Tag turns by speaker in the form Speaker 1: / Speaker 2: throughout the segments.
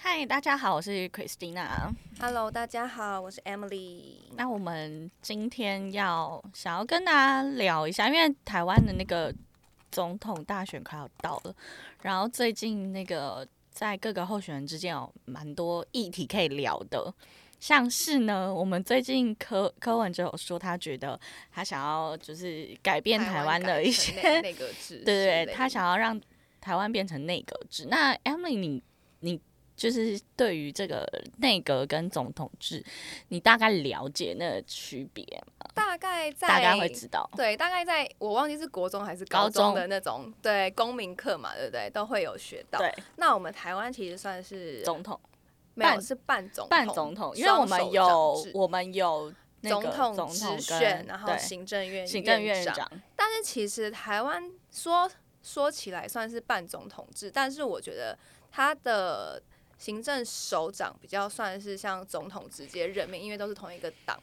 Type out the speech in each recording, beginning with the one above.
Speaker 1: 嗨，大家好，我是 Christina。
Speaker 2: Hello，大家好，我是 Emily。
Speaker 1: 那我们今天要想要跟大家聊一下，因为台湾的那个总统大选快要到了，然后最近那个在各个候选人之间有蛮多议题可以聊的。像是呢，我们最近柯柯文哲有说，他觉得他想要就是改变台湾的一些，
Speaker 2: 改成内内个制，
Speaker 1: 对对对，他想要让台湾变成内阁制。那 Emily，你你就是对于这个内阁跟总统制，你大概了解那个区别，
Speaker 2: 大概在
Speaker 1: 大概会知道。
Speaker 2: 对，大概在我忘记是国中还是高
Speaker 1: 高中
Speaker 2: 中的那种对公民课嘛，对不对？都会有学到。
Speaker 1: 对，
Speaker 2: 那我们台湾其实算是
Speaker 1: 总统、
Speaker 2: 没有
Speaker 1: 半
Speaker 2: 是半总统
Speaker 1: 半总统，因为我们
Speaker 2: 双手
Speaker 1: 有
Speaker 2: 掌制
Speaker 1: 我们有那个
Speaker 2: 总统
Speaker 1: 总
Speaker 2: 直
Speaker 1: 统
Speaker 2: 选
Speaker 1: 跟，
Speaker 2: 然后
Speaker 1: 对
Speaker 2: 行政院
Speaker 1: 行政院
Speaker 2: 长。
Speaker 1: 长，
Speaker 2: 但是其实台湾说说起来算是半总统制，但是我觉得他的行政首长比较算是像总统直接任命，因为都是同一个党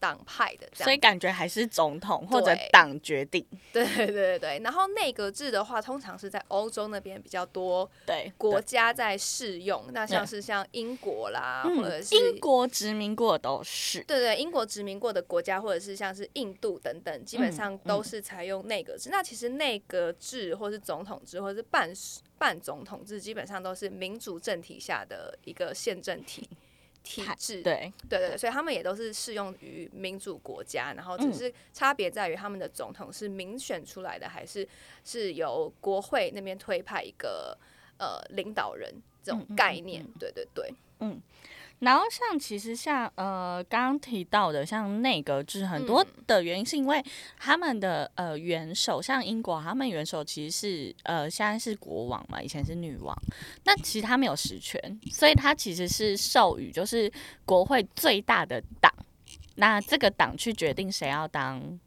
Speaker 2: 党派的这样。
Speaker 1: 所以感觉还是总统或者
Speaker 2: 对
Speaker 1: 党决定。
Speaker 2: 对对对对。然后内阁制的话，通常是在欧洲那边比较多
Speaker 1: 对，
Speaker 2: 国
Speaker 1: 对
Speaker 2: 家在适用，那像是像英国啦，啊或者
Speaker 1: 嗯，
Speaker 2: 是
Speaker 1: 英国殖民过的都是。
Speaker 2: 对对，英国殖民过的国家，或者是像是印度等等，基本上
Speaker 1: 嗯
Speaker 2: 都是采用内阁制。那其实内阁制，或是总统制，或是半半总统制，基本上都是民主政体下的一个宪政体体
Speaker 1: 太
Speaker 2: 制。
Speaker 1: 对，嗯
Speaker 2: 对对对所以他们也都是适用于民主国家，然后只是差别在于他们的总统是民选出来的，还是是由国会那边推派一个呃领导人这种
Speaker 1: 嗯嗯
Speaker 2: 概
Speaker 1: 嗯
Speaker 2: 念。对对对。
Speaker 1: 然后像其实像呃刚刚提到的，像内阁制很多
Speaker 2: 嗯
Speaker 1: 的原因是因为他们的呃元首，像英国他们元首其实是呃现在是国王嘛，以前是女王，那其实他没有实权，所以他其实是授予就是国会最大的党，那这个党去决定谁要当。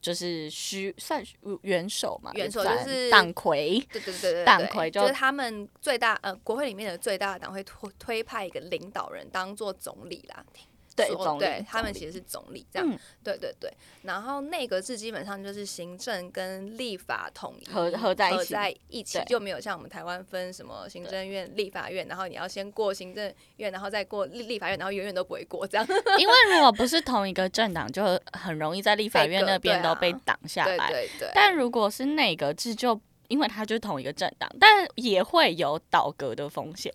Speaker 1: 就是虚算是元首嘛，
Speaker 2: 元首
Speaker 1: 也算
Speaker 2: 就是
Speaker 1: 党魁，
Speaker 2: 对对对对对，
Speaker 1: 党魁就
Speaker 2: 就是他们最大呃国会里面的最大的党会推推派一个领导人当做总理啦，
Speaker 1: 对
Speaker 2: 说
Speaker 1: 总理
Speaker 2: 对，他
Speaker 1: 总
Speaker 2: 们
Speaker 1: 理
Speaker 2: 其实是总理这样，
Speaker 1: 嗯
Speaker 2: 对对对。然后内阁制基本上就是行政跟立法统一
Speaker 1: 合合在一
Speaker 2: 合
Speaker 1: 起
Speaker 2: 在一起
Speaker 1: 对，
Speaker 2: 就没有像我们台湾分什么行政院、立法院，然后你要先过行政院，然后再过立立法院，然后永远都不会过这样。
Speaker 1: 因为如果不是同一个政党，就很容易在立法院那边都被挡下
Speaker 2: 对
Speaker 1: 来。
Speaker 2: 对对，
Speaker 1: 但如果是内阁制，就因为它就是同一个政党，但也会有倒戈的风险。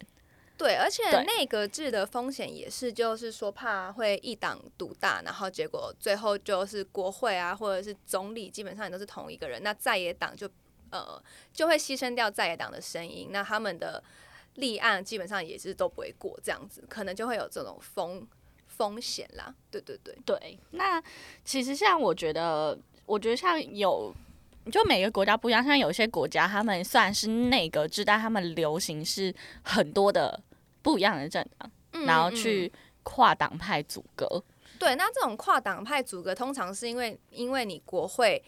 Speaker 2: 对，而且
Speaker 1: 对
Speaker 2: 内阁制的风险也是，就是说怕会一党独大，然后结果最后就是国会啊，或者是总理，基本上也都是同一个人，那在野党就呃就会牺牲掉在野党的声音，那他们的立案基本上也是都不会过，这样子可能就会有这种风风险啦。对对对，
Speaker 1: 对，那其实像我觉得，我觉得像有。就每个国家不一样，像有些国家他们虽然是内阁制，但他们流行是很多的不一样的政党，
Speaker 2: 嗯
Speaker 1: 然后
Speaker 2: 嗯
Speaker 1: 去跨党派阻隔。
Speaker 2: 对，那这种跨党派阻隔，通常是因为因为你国会，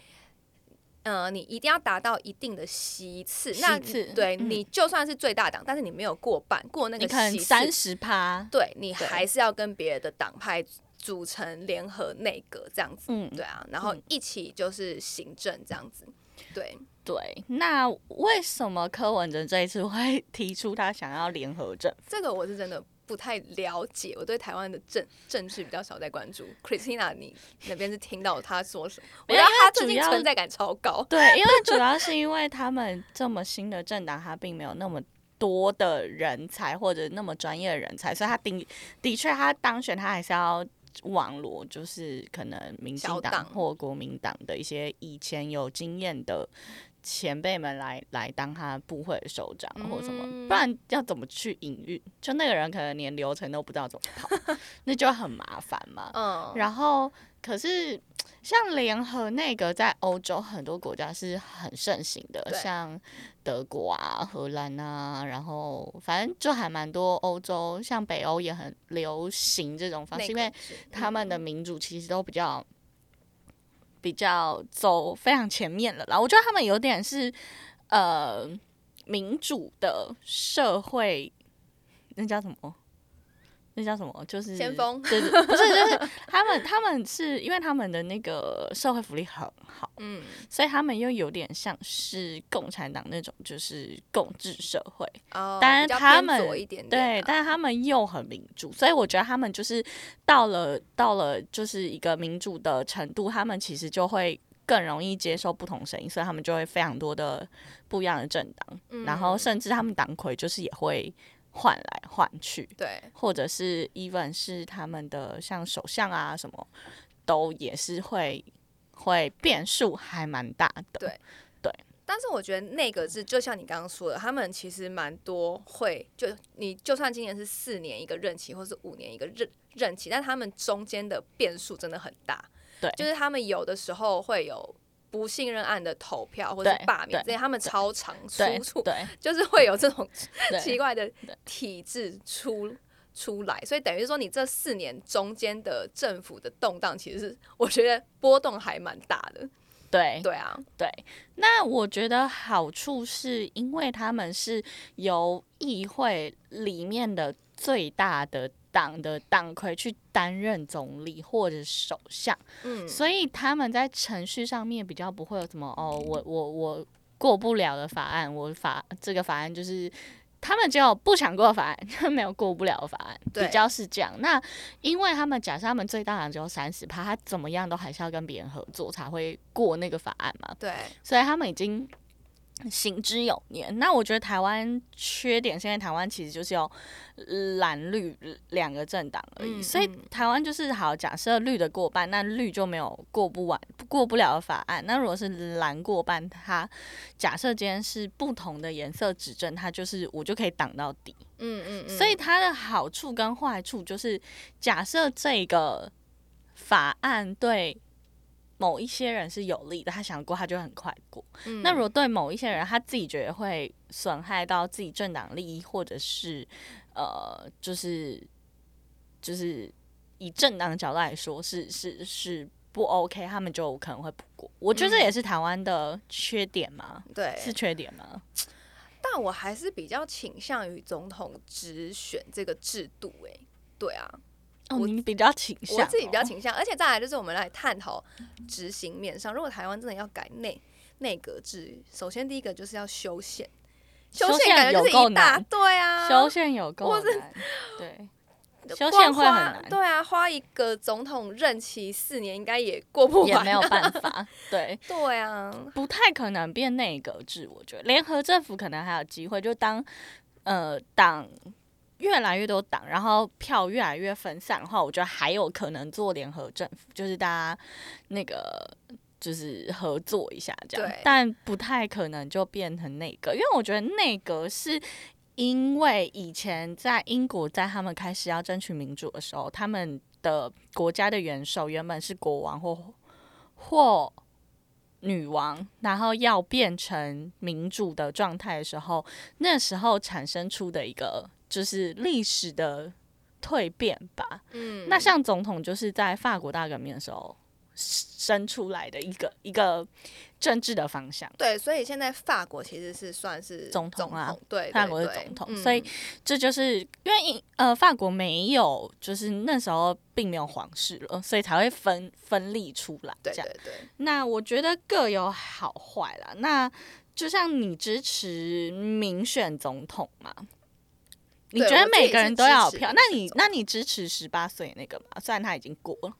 Speaker 2: 呃，你一定要达到一定的席次，那
Speaker 1: 席次
Speaker 2: 对、
Speaker 1: 嗯
Speaker 2: 你就算是最大党，但是你没有过半，过那
Speaker 1: 你
Speaker 2: 个
Speaker 1: 可能
Speaker 2: 席
Speaker 1: 三
Speaker 2: 次，
Speaker 1: 十趴，
Speaker 2: 对你
Speaker 1: 对
Speaker 2: 还是要跟别的党派组成联合内阁这样子，
Speaker 1: 嗯，
Speaker 2: 对啊，然后
Speaker 1: 嗯
Speaker 2: 一起就是行政这样子，对。
Speaker 1: 对，那为什么柯文哲这一次会 提出他想要联合政府？
Speaker 2: 这个我是真的不太了解，我对台湾的政政治比较少在关注。Christina，你那边是听到他说什么？我
Speaker 1: 没
Speaker 2: 觉
Speaker 1: 有
Speaker 2: 得
Speaker 1: 因为
Speaker 2: 他最
Speaker 1: 主
Speaker 2: 近
Speaker 1: 要
Speaker 2: 存在感超高。
Speaker 1: 对，因为主要是因为他们这么新的政党，他并没有那么多的人才或者那么专业的人才，所以他的的确他当选他还是要网罗，就是可能民进
Speaker 2: 小
Speaker 1: 党
Speaker 2: 党
Speaker 1: 或国民党的一些以前有经验的。前辈们来来当他部会的首长或什么，
Speaker 2: 嗯
Speaker 1: 不然要怎么去营运？就那个人可能连流程都不知道怎么跑， 那就很麻烦嘛。
Speaker 2: 嗯，
Speaker 1: 然后，可是像联合内阁在欧洲很多国家是很盛行的，
Speaker 2: 对
Speaker 1: 像德国啊、荷兰啊，然后反正就还蛮多欧洲，像北欧也很流行这种方式，
Speaker 2: 那
Speaker 1: 因
Speaker 2: 个
Speaker 1: 为
Speaker 2: 是
Speaker 1: 他们的
Speaker 2: 嗯
Speaker 1: 民主其实都比较比较走非常前面了啦。我觉得他们有点是呃民主的社会，那叫什么？那叫什么？就是
Speaker 2: 先锋
Speaker 1: 对对，不是，就是他们，他们是因为他们的那个社会福利很好，
Speaker 2: 嗯，
Speaker 1: 所以他们又有点像是共产党那种，就是共治社会。
Speaker 2: 哦，
Speaker 1: 当然
Speaker 2: 比较
Speaker 1: 他
Speaker 2: 偏
Speaker 1: 们
Speaker 2: 左一点
Speaker 1: 对
Speaker 2: 点，，
Speaker 1: 但是他们又很民主，所以我觉得他们就是到了到了就是一个民主的程度，他们其实就会更容易接受不同声音，所以他们就会非常多的不一样的政党，
Speaker 2: 嗯
Speaker 1: 然后甚至他们党魁就是也会换来换去，
Speaker 2: 对，
Speaker 1: 或者是 even 是他们的像首相啊什么，都也是会会变数还蛮大的。
Speaker 2: 对但是我觉得内阁制就像你刚刚说的，他们其实蛮多会就你就算今年是四年一个任期，或是五年一个任任期，但他们中间的变数真的很大。
Speaker 1: 对
Speaker 2: 就是他们有的时候会有不信任案的投票，或是
Speaker 1: 对
Speaker 2: 罢免
Speaker 1: 对
Speaker 2: 这些，他们超常
Speaker 1: 对
Speaker 2: 出处，
Speaker 1: 对
Speaker 2: 就是会有这种奇
Speaker 1: 对
Speaker 2: 怪的体制出出来，所以等于是说你这四年中间的政府的动荡，其实是我觉得波动还蛮大的。
Speaker 1: 对
Speaker 2: 对啊，
Speaker 1: 对，那我觉得好处是因为他们是由议会里面的最大的党的党魁去担任总理或者首相，
Speaker 2: 嗯，
Speaker 1: 所以他们在程序上面比较不会有什么哦，我我我过不了的法案，我法这个法案就是。他们只有不想过的法案， 就没有过不了的法案，比
Speaker 2: 对
Speaker 1: 较是这样。那因为他们假设他们最大党只有三十趴，他怎么样都还是要跟别人合作才会过那个法案嘛。
Speaker 2: 对，
Speaker 1: 所以他们已经行之有年。那我觉得台湾缺点，现在台湾其实就是有蓝绿两个政党而已，
Speaker 2: 嗯
Speaker 1: 所以
Speaker 2: 嗯
Speaker 1: 台湾就是好，假设绿的过半，那绿就没有过不完、过不了的法案。那如果是蓝过半，它假设今天是不同的颜色执政，它就是我就可以挡到底。
Speaker 2: 嗯嗯嗯，
Speaker 1: 所以它的好处跟坏处就是，假设这个法案对某一些人是有利的，他想过他就很快过；
Speaker 2: 嗯
Speaker 1: 那如果对某一些人他自己觉得会损害到自己政党利益，或者是呃，就是就是以政党角度来说是是是不 OK，他们就可能会不过。我觉得这
Speaker 2: 嗯
Speaker 1: 也是台湾的缺点嘛，
Speaker 2: 对，
Speaker 1: 是缺点吗？
Speaker 2: 但我还是比较倾向于总统直选这个制度、欸，对啊，
Speaker 1: 哦，
Speaker 2: 我
Speaker 1: 你比较倾向哦、
Speaker 2: 我自己比较倾向，而且再来就是我们来探讨执行面上，如果台湾真的要改内内阁制，首先第一个就是要修宪，
Speaker 1: 修宪
Speaker 2: 宪感觉就是
Speaker 1: 有够
Speaker 2: 一大
Speaker 1: 难
Speaker 2: 对啊，
Speaker 1: 修宪有够
Speaker 2: 我是
Speaker 1: 难，对，修
Speaker 2: 光
Speaker 1: 宪会很
Speaker 2: 花
Speaker 1: 难
Speaker 2: 对啊，花一个总统任期四年应该也过不
Speaker 1: 也
Speaker 2: 完，
Speaker 1: 没有 办法，对，
Speaker 2: 对啊，
Speaker 1: 不太可能变内阁制。我觉得联合政府可能还有机会，就当呃党越来越多党，然后票越来越分散的话，我觉得还有可能做联合政府，就是大家那个。就是合作一下这样
Speaker 2: 对，
Speaker 1: 但不太可能就变成内阁，因为我觉得内阁是因为以前在英国，在他们开始要争取民主的时候，他们的国家的元首原本是国王或或女王，然后要变成民主的状态的时候，那时候产生出的一个就是历史的蜕变吧。
Speaker 2: 嗯，
Speaker 1: 那像总统就是在法国大革命的时候生出来的一个一个政治的方向。
Speaker 2: 对，所以现在法国其实是算是
Speaker 1: 总统啊
Speaker 2: 对，对
Speaker 1: 法国的
Speaker 2: 对
Speaker 1: 总统
Speaker 2: 嗯
Speaker 1: 所以这就是因为英呃法国没有，就是那时候并没有皇室了，所以才会分分立出来这
Speaker 2: 对
Speaker 1: 样。
Speaker 2: 对对，
Speaker 1: 那我觉得各有好坏啦。那就像你支持民选总统嘛，你觉
Speaker 2: 对
Speaker 1: 得
Speaker 2: 我自己
Speaker 1: 每
Speaker 2: 是
Speaker 1: 个人都要有
Speaker 2: 支持
Speaker 1: 票？
Speaker 2: 民
Speaker 1: 那
Speaker 2: 选
Speaker 1: 你
Speaker 2: 总
Speaker 1: 那你支持十八岁那个嘛？虽然他已经过了，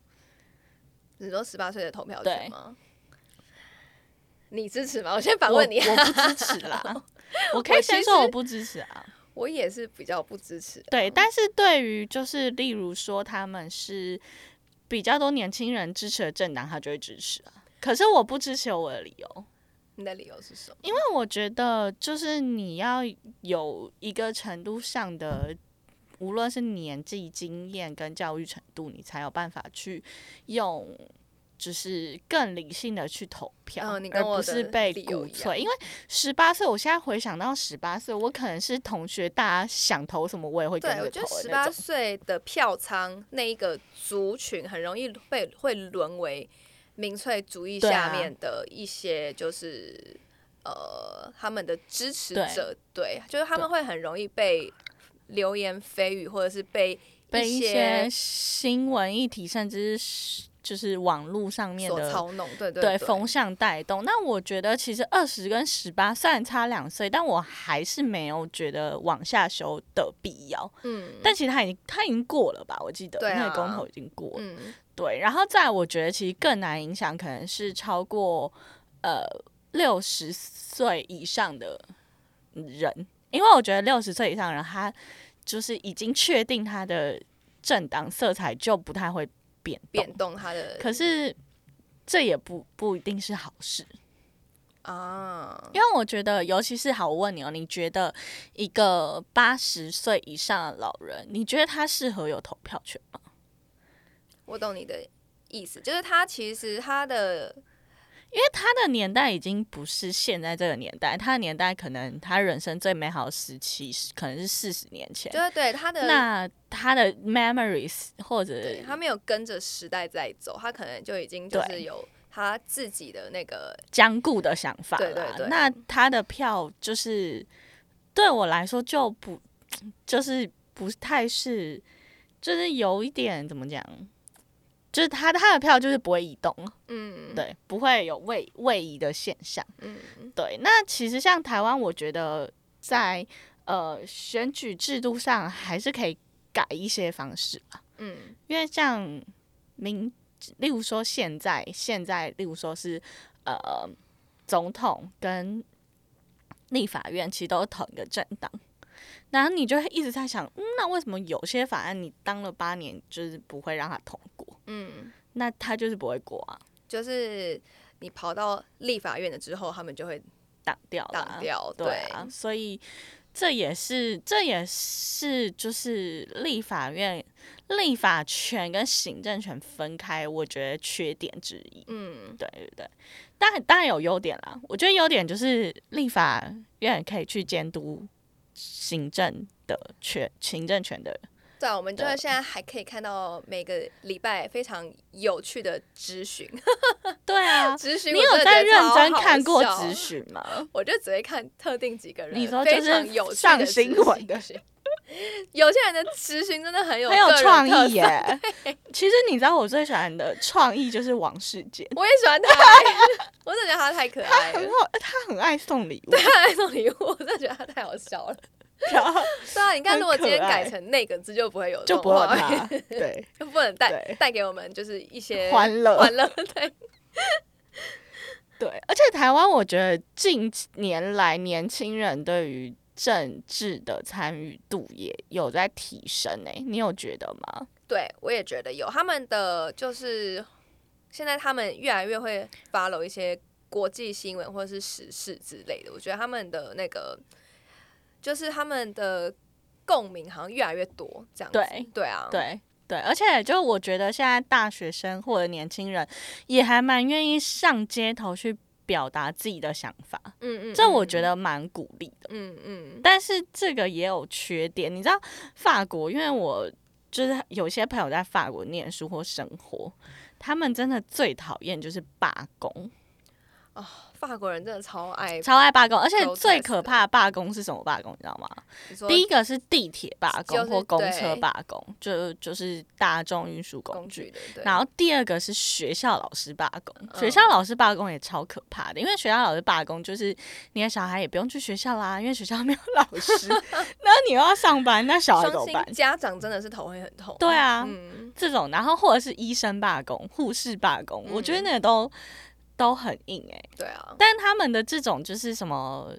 Speaker 2: 你说十八岁的投票
Speaker 1: 对
Speaker 2: 权吗？你支持吗？我先反
Speaker 1: 我
Speaker 2: 啊问你，
Speaker 1: 我不支持啦。 我可以
Speaker 2: 我
Speaker 1: 先
Speaker 2: 其
Speaker 1: 说我
Speaker 2: 实
Speaker 1: 不支持啊。
Speaker 2: 我也是比较不支持的。啊
Speaker 1: 对，但是对于就是例如说他们是比较多年轻人支持的政党，他就会支持啊。可是我不支持有我的理由。
Speaker 2: 你的理由是什么？
Speaker 1: 因为我觉得，就是你要有一个程度上的，无论是年纪、经验跟教育程度，你才有办法去用，就是更理性的去投票，
Speaker 2: 嗯你跟
Speaker 1: 而
Speaker 2: 我
Speaker 1: 不是
Speaker 2: 的
Speaker 1: 被
Speaker 2: 理由
Speaker 1: 鼓
Speaker 2: 一
Speaker 1: 吹。
Speaker 2: 样
Speaker 1: 因为十八岁，我现在回想到十八岁，我可能是同学，大家想投什么我也会跟
Speaker 2: 对，我
Speaker 1: 着
Speaker 2: 觉
Speaker 1: 投
Speaker 2: 得
Speaker 1: 的
Speaker 2: 十
Speaker 1: 那
Speaker 2: 八
Speaker 1: 种。
Speaker 2: 岁的票仓那一个族群很容易被会沦为民粹主义
Speaker 1: 对
Speaker 2: 下
Speaker 1: 啊
Speaker 2: 面的一些就是、呃他们的支持
Speaker 1: 对
Speaker 2: 者，对，就是他们会很容易被流言蜚语或者是被
Speaker 1: 被
Speaker 2: 一
Speaker 1: 一
Speaker 2: 些
Speaker 1: 些新闻议题，甚至是就是网络上面
Speaker 2: 所
Speaker 1: 的
Speaker 2: 操弄，对对
Speaker 1: 对风向带动。那我觉得其实二十跟十八虽然差两岁，但我还是没有觉得往下修的必要。
Speaker 2: 嗯，
Speaker 1: 但其实他已经他已经过了吧？我记得、
Speaker 2: 对啊
Speaker 1: 那个公投已经过了。
Speaker 2: 嗯
Speaker 1: 对，然后再来我觉得其实更难影响可能是超过呃六十岁以上的人，因为我觉得六十岁以上的人他就是已经确定他的政党色彩就不太会变动，
Speaker 2: 变动他的
Speaker 1: 可是这也不不一定是好事。
Speaker 2: 啊，
Speaker 1: 因为我觉得，尤其是好，我问你哦，你觉得一个八十岁以上的老人，你觉得他适合有投票权吗？
Speaker 2: 我懂你的意思，就是他其实他的
Speaker 1: 因为他的年代已经不是现在这个年代，他的年代可能他人生最美好的时期是可能是四十年前
Speaker 2: 就，是对他的
Speaker 1: 那他的 memories 或者
Speaker 2: 对他没有跟着时代在走，他可能就已经就是
Speaker 1: 对
Speaker 2: 有他自己的那个
Speaker 1: 僵固的想法啦，
Speaker 2: 对对对
Speaker 1: 那他的票就是对我来说就不就是不太是，就是有一点怎么讲，就是他他的票就是不会移动，
Speaker 2: 嗯，
Speaker 1: 对，不会有位位移的现象。
Speaker 2: 嗯
Speaker 1: 对，那其实像台湾，我觉得在呃选举制度上还是可以改一些方式吧，
Speaker 2: 嗯
Speaker 1: 因为像民，例如说现在现在，例如说是呃总统跟立法院其实都是同一个政党，然后你就会一直在想，嗯，那为什么有些法案你当了八年就是不会让它通过？
Speaker 2: 嗯，
Speaker 1: 那它就是不会过啊，
Speaker 2: 就是你跑到立法院了之后，他们就会
Speaker 1: 挡掉啦
Speaker 2: 挡掉，
Speaker 1: 对啊，所以这也是这也是就是立法院立法权跟行政权分开，我觉得缺点之一。
Speaker 2: 嗯
Speaker 1: 对对对，但当然有优点啦。我觉得优点就是立法院可以去监督行政的权，行政权的。
Speaker 2: 对啊，我们就是
Speaker 1: 对
Speaker 2: 现在还可以看到每个礼拜非常有趣的 咨询，
Speaker 1: 对 啊，
Speaker 2: 咨询
Speaker 1: 你
Speaker 2: 我
Speaker 1: 有
Speaker 2: 真的
Speaker 1: 在
Speaker 2: 觉得
Speaker 1: 认
Speaker 2: 超
Speaker 1: 真
Speaker 2: 好
Speaker 1: 看过
Speaker 2: 笑
Speaker 1: 咨询吗？
Speaker 2: 我就只会看特定几个人，
Speaker 1: 你说就
Speaker 2: 非
Speaker 1: 是
Speaker 2: 常有趣的
Speaker 1: 上新闻的
Speaker 2: 咨询， 有些人的咨询真的很有
Speaker 1: 很有
Speaker 2: 个人
Speaker 1: 创
Speaker 2: 特
Speaker 1: 意
Speaker 2: 色
Speaker 1: 耶、其实你知道我最喜欢的创意就是王世杰，
Speaker 2: 我也喜欢他， 我真的觉得他太可爱
Speaker 1: 很
Speaker 2: 了，
Speaker 1: 好，他很爱送礼物。
Speaker 2: 他来送礼物，我真的觉得他太好笑了。
Speaker 1: 然后
Speaker 2: 对啊，你看，
Speaker 1: 很
Speaker 2: 如果今天
Speaker 1: 可爱
Speaker 2: 改成那个字，就不会有这
Speaker 1: 就
Speaker 2: 种
Speaker 1: 不会有
Speaker 2: 画面
Speaker 1: 他，对，
Speaker 2: 就不能带
Speaker 1: 对
Speaker 2: 带给我们就是一些
Speaker 1: 欢乐，
Speaker 2: 欢乐，对，
Speaker 1: 对。而且台湾，我觉得近年来年轻人对于政治的参与度也有在提升诶、你有觉得吗？
Speaker 2: 对我也觉得有他们的就是现在他们越来越会 follow 一些国际新闻或者是时事之类的，我觉得他们的那个就是他们的共鸣好像越来越多，这样子
Speaker 1: 对
Speaker 2: 对啊，
Speaker 1: 对。对，而且就我觉得现在大学生或者年轻人也还蛮愿意上街头去表达自己的想法，
Speaker 2: 嗯，嗯嗯，
Speaker 1: 这我觉得蛮鼓励的。
Speaker 2: 嗯，嗯嗯，
Speaker 1: 但是这个也有缺点，你知道法国，因为我就是有些朋友在法国念书或生活，他们真的最讨厌就是罢工，
Speaker 2: 法国人真的超爱，
Speaker 1: 超爱罢工，而且
Speaker 2: Protest
Speaker 1: 最可怕的罢工是什么罢工，你知道吗？
Speaker 2: 你说
Speaker 1: 第一个是地铁罢
Speaker 2: 就
Speaker 1: 工
Speaker 2: 是
Speaker 1: 或公车
Speaker 2: 对
Speaker 1: 罢工，就就是大众运输工
Speaker 2: 工
Speaker 1: 具。
Speaker 2: 具的，对，
Speaker 1: 然后第二个是学校老师罢工，
Speaker 2: 嗯
Speaker 1: 学校老师罢工也超可怕的，因为学校老师罢工就是你的小孩也不用去学校啦，因为学校没有老师，那你又要上班，那小孩怎
Speaker 2: 双
Speaker 1: 么办
Speaker 2: 薪？家长真的是头会很痛，
Speaker 1: 对啊
Speaker 2: 嗯，
Speaker 1: 这种，然后或者是医生罢工、护士罢工，我觉
Speaker 2: 嗯
Speaker 1: 得那个都都很硬哎、
Speaker 2: 对啊，
Speaker 1: 但他们的这种就是什么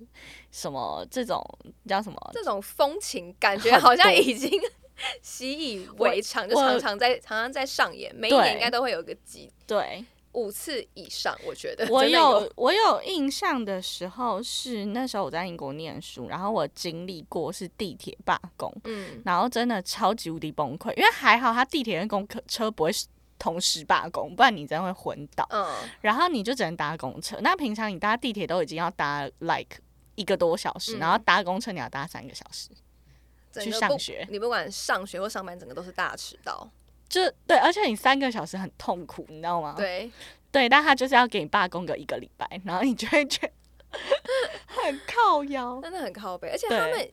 Speaker 1: 什么这种叫什么？
Speaker 2: 这种风情感觉
Speaker 1: 很
Speaker 2: 好像
Speaker 1: 多
Speaker 2: 已经 习以为常，就
Speaker 1: 我
Speaker 2: 常常在常常在上演，每一
Speaker 1: 对
Speaker 2: 年应该都会有个几
Speaker 1: 对
Speaker 2: 五次以上，我觉得
Speaker 1: 我
Speaker 2: 真的
Speaker 1: 有我有印象的时候是那时候我在英国念书，然后我经历过是地铁罢工，
Speaker 2: 嗯
Speaker 1: 然后真的超级无敌崩溃，因为还好他地铁跟公车不会同时罢工，不然你真的会昏倒。
Speaker 2: 嗯
Speaker 1: 然后你就只能搭公车。那平常你搭地铁都已经要搭 like 一个多小时，
Speaker 2: 嗯
Speaker 1: 然后搭公车你要搭三个小时，
Speaker 2: 整
Speaker 1: 去
Speaker 2: 个
Speaker 1: 上
Speaker 2: 不
Speaker 1: 学
Speaker 2: 你不管上学或上班，整个都是大迟到，
Speaker 1: 就对，而且你三个小时很痛苦，你知道吗？
Speaker 2: 对，
Speaker 1: 对，但他就是要给你罢工个一个礼拜，然后你就会 觉得很靠腰。
Speaker 2: 真的很靠背，而且
Speaker 1: 对
Speaker 2: 他们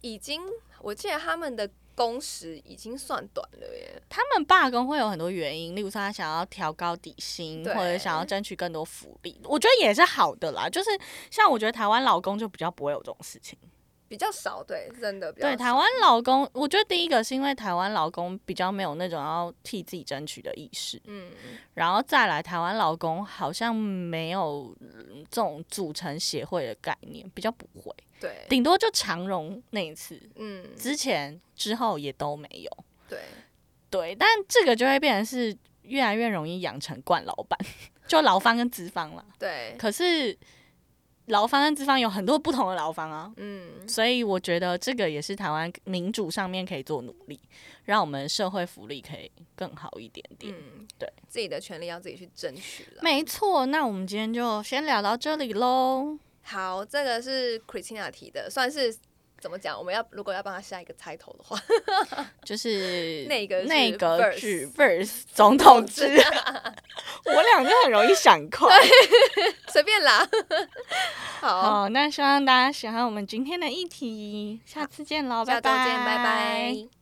Speaker 2: 已经，我记得他们的。工时已经算短了耶。
Speaker 1: 他们罢工会有很多原因，例如说他想要调高底薪，
Speaker 2: 对
Speaker 1: 或者想要争取更多福利，我觉得也是好的啦。就是像我觉得台湾老公就比较不会有这种事情。
Speaker 2: 比较少，对，真的比较
Speaker 1: 对
Speaker 2: 少。
Speaker 1: 台湾老公，我觉得第一个是因为台湾老公比较没有那种要替自己争取的意识，
Speaker 2: 嗯，
Speaker 1: 然后再来台湾老公好像没有嗯这种组成协会的概念，比较不会，
Speaker 2: 对，
Speaker 1: 顶多就长荣那一次，
Speaker 2: 嗯，
Speaker 1: 之前之后也都没有。
Speaker 2: 对，
Speaker 1: 对， 但这个就会变成是越来越容易养成惯老板， 就劳方跟资方啦。
Speaker 2: 对，
Speaker 1: 可是劳方跟资方有很多不同的劳方啊，
Speaker 2: 嗯，
Speaker 1: 所以我觉得这个也是台湾民主上面可以做努力，让我们社会福利可以更好一点点。
Speaker 2: 嗯，
Speaker 1: 对，
Speaker 2: 自己的权利要自己去争取了。
Speaker 1: 没错，那我们今天就先聊到这里喽。
Speaker 2: 好，这个是 Christina 提的，算是怎么讲？我们要如果要帮他下一个 title 的话，
Speaker 1: 就是
Speaker 2: 内阁制
Speaker 1: 内阁
Speaker 2: verse
Speaker 1: 制 verse 总统制， 我俩就很容易闪快。
Speaker 2: 随 便啦。好，
Speaker 1: 好，那希望大家喜欢我们今天的议题，下次见喽，
Speaker 2: 下
Speaker 1: 拜
Speaker 2: 周
Speaker 1: 拜，
Speaker 2: 见，拜拜。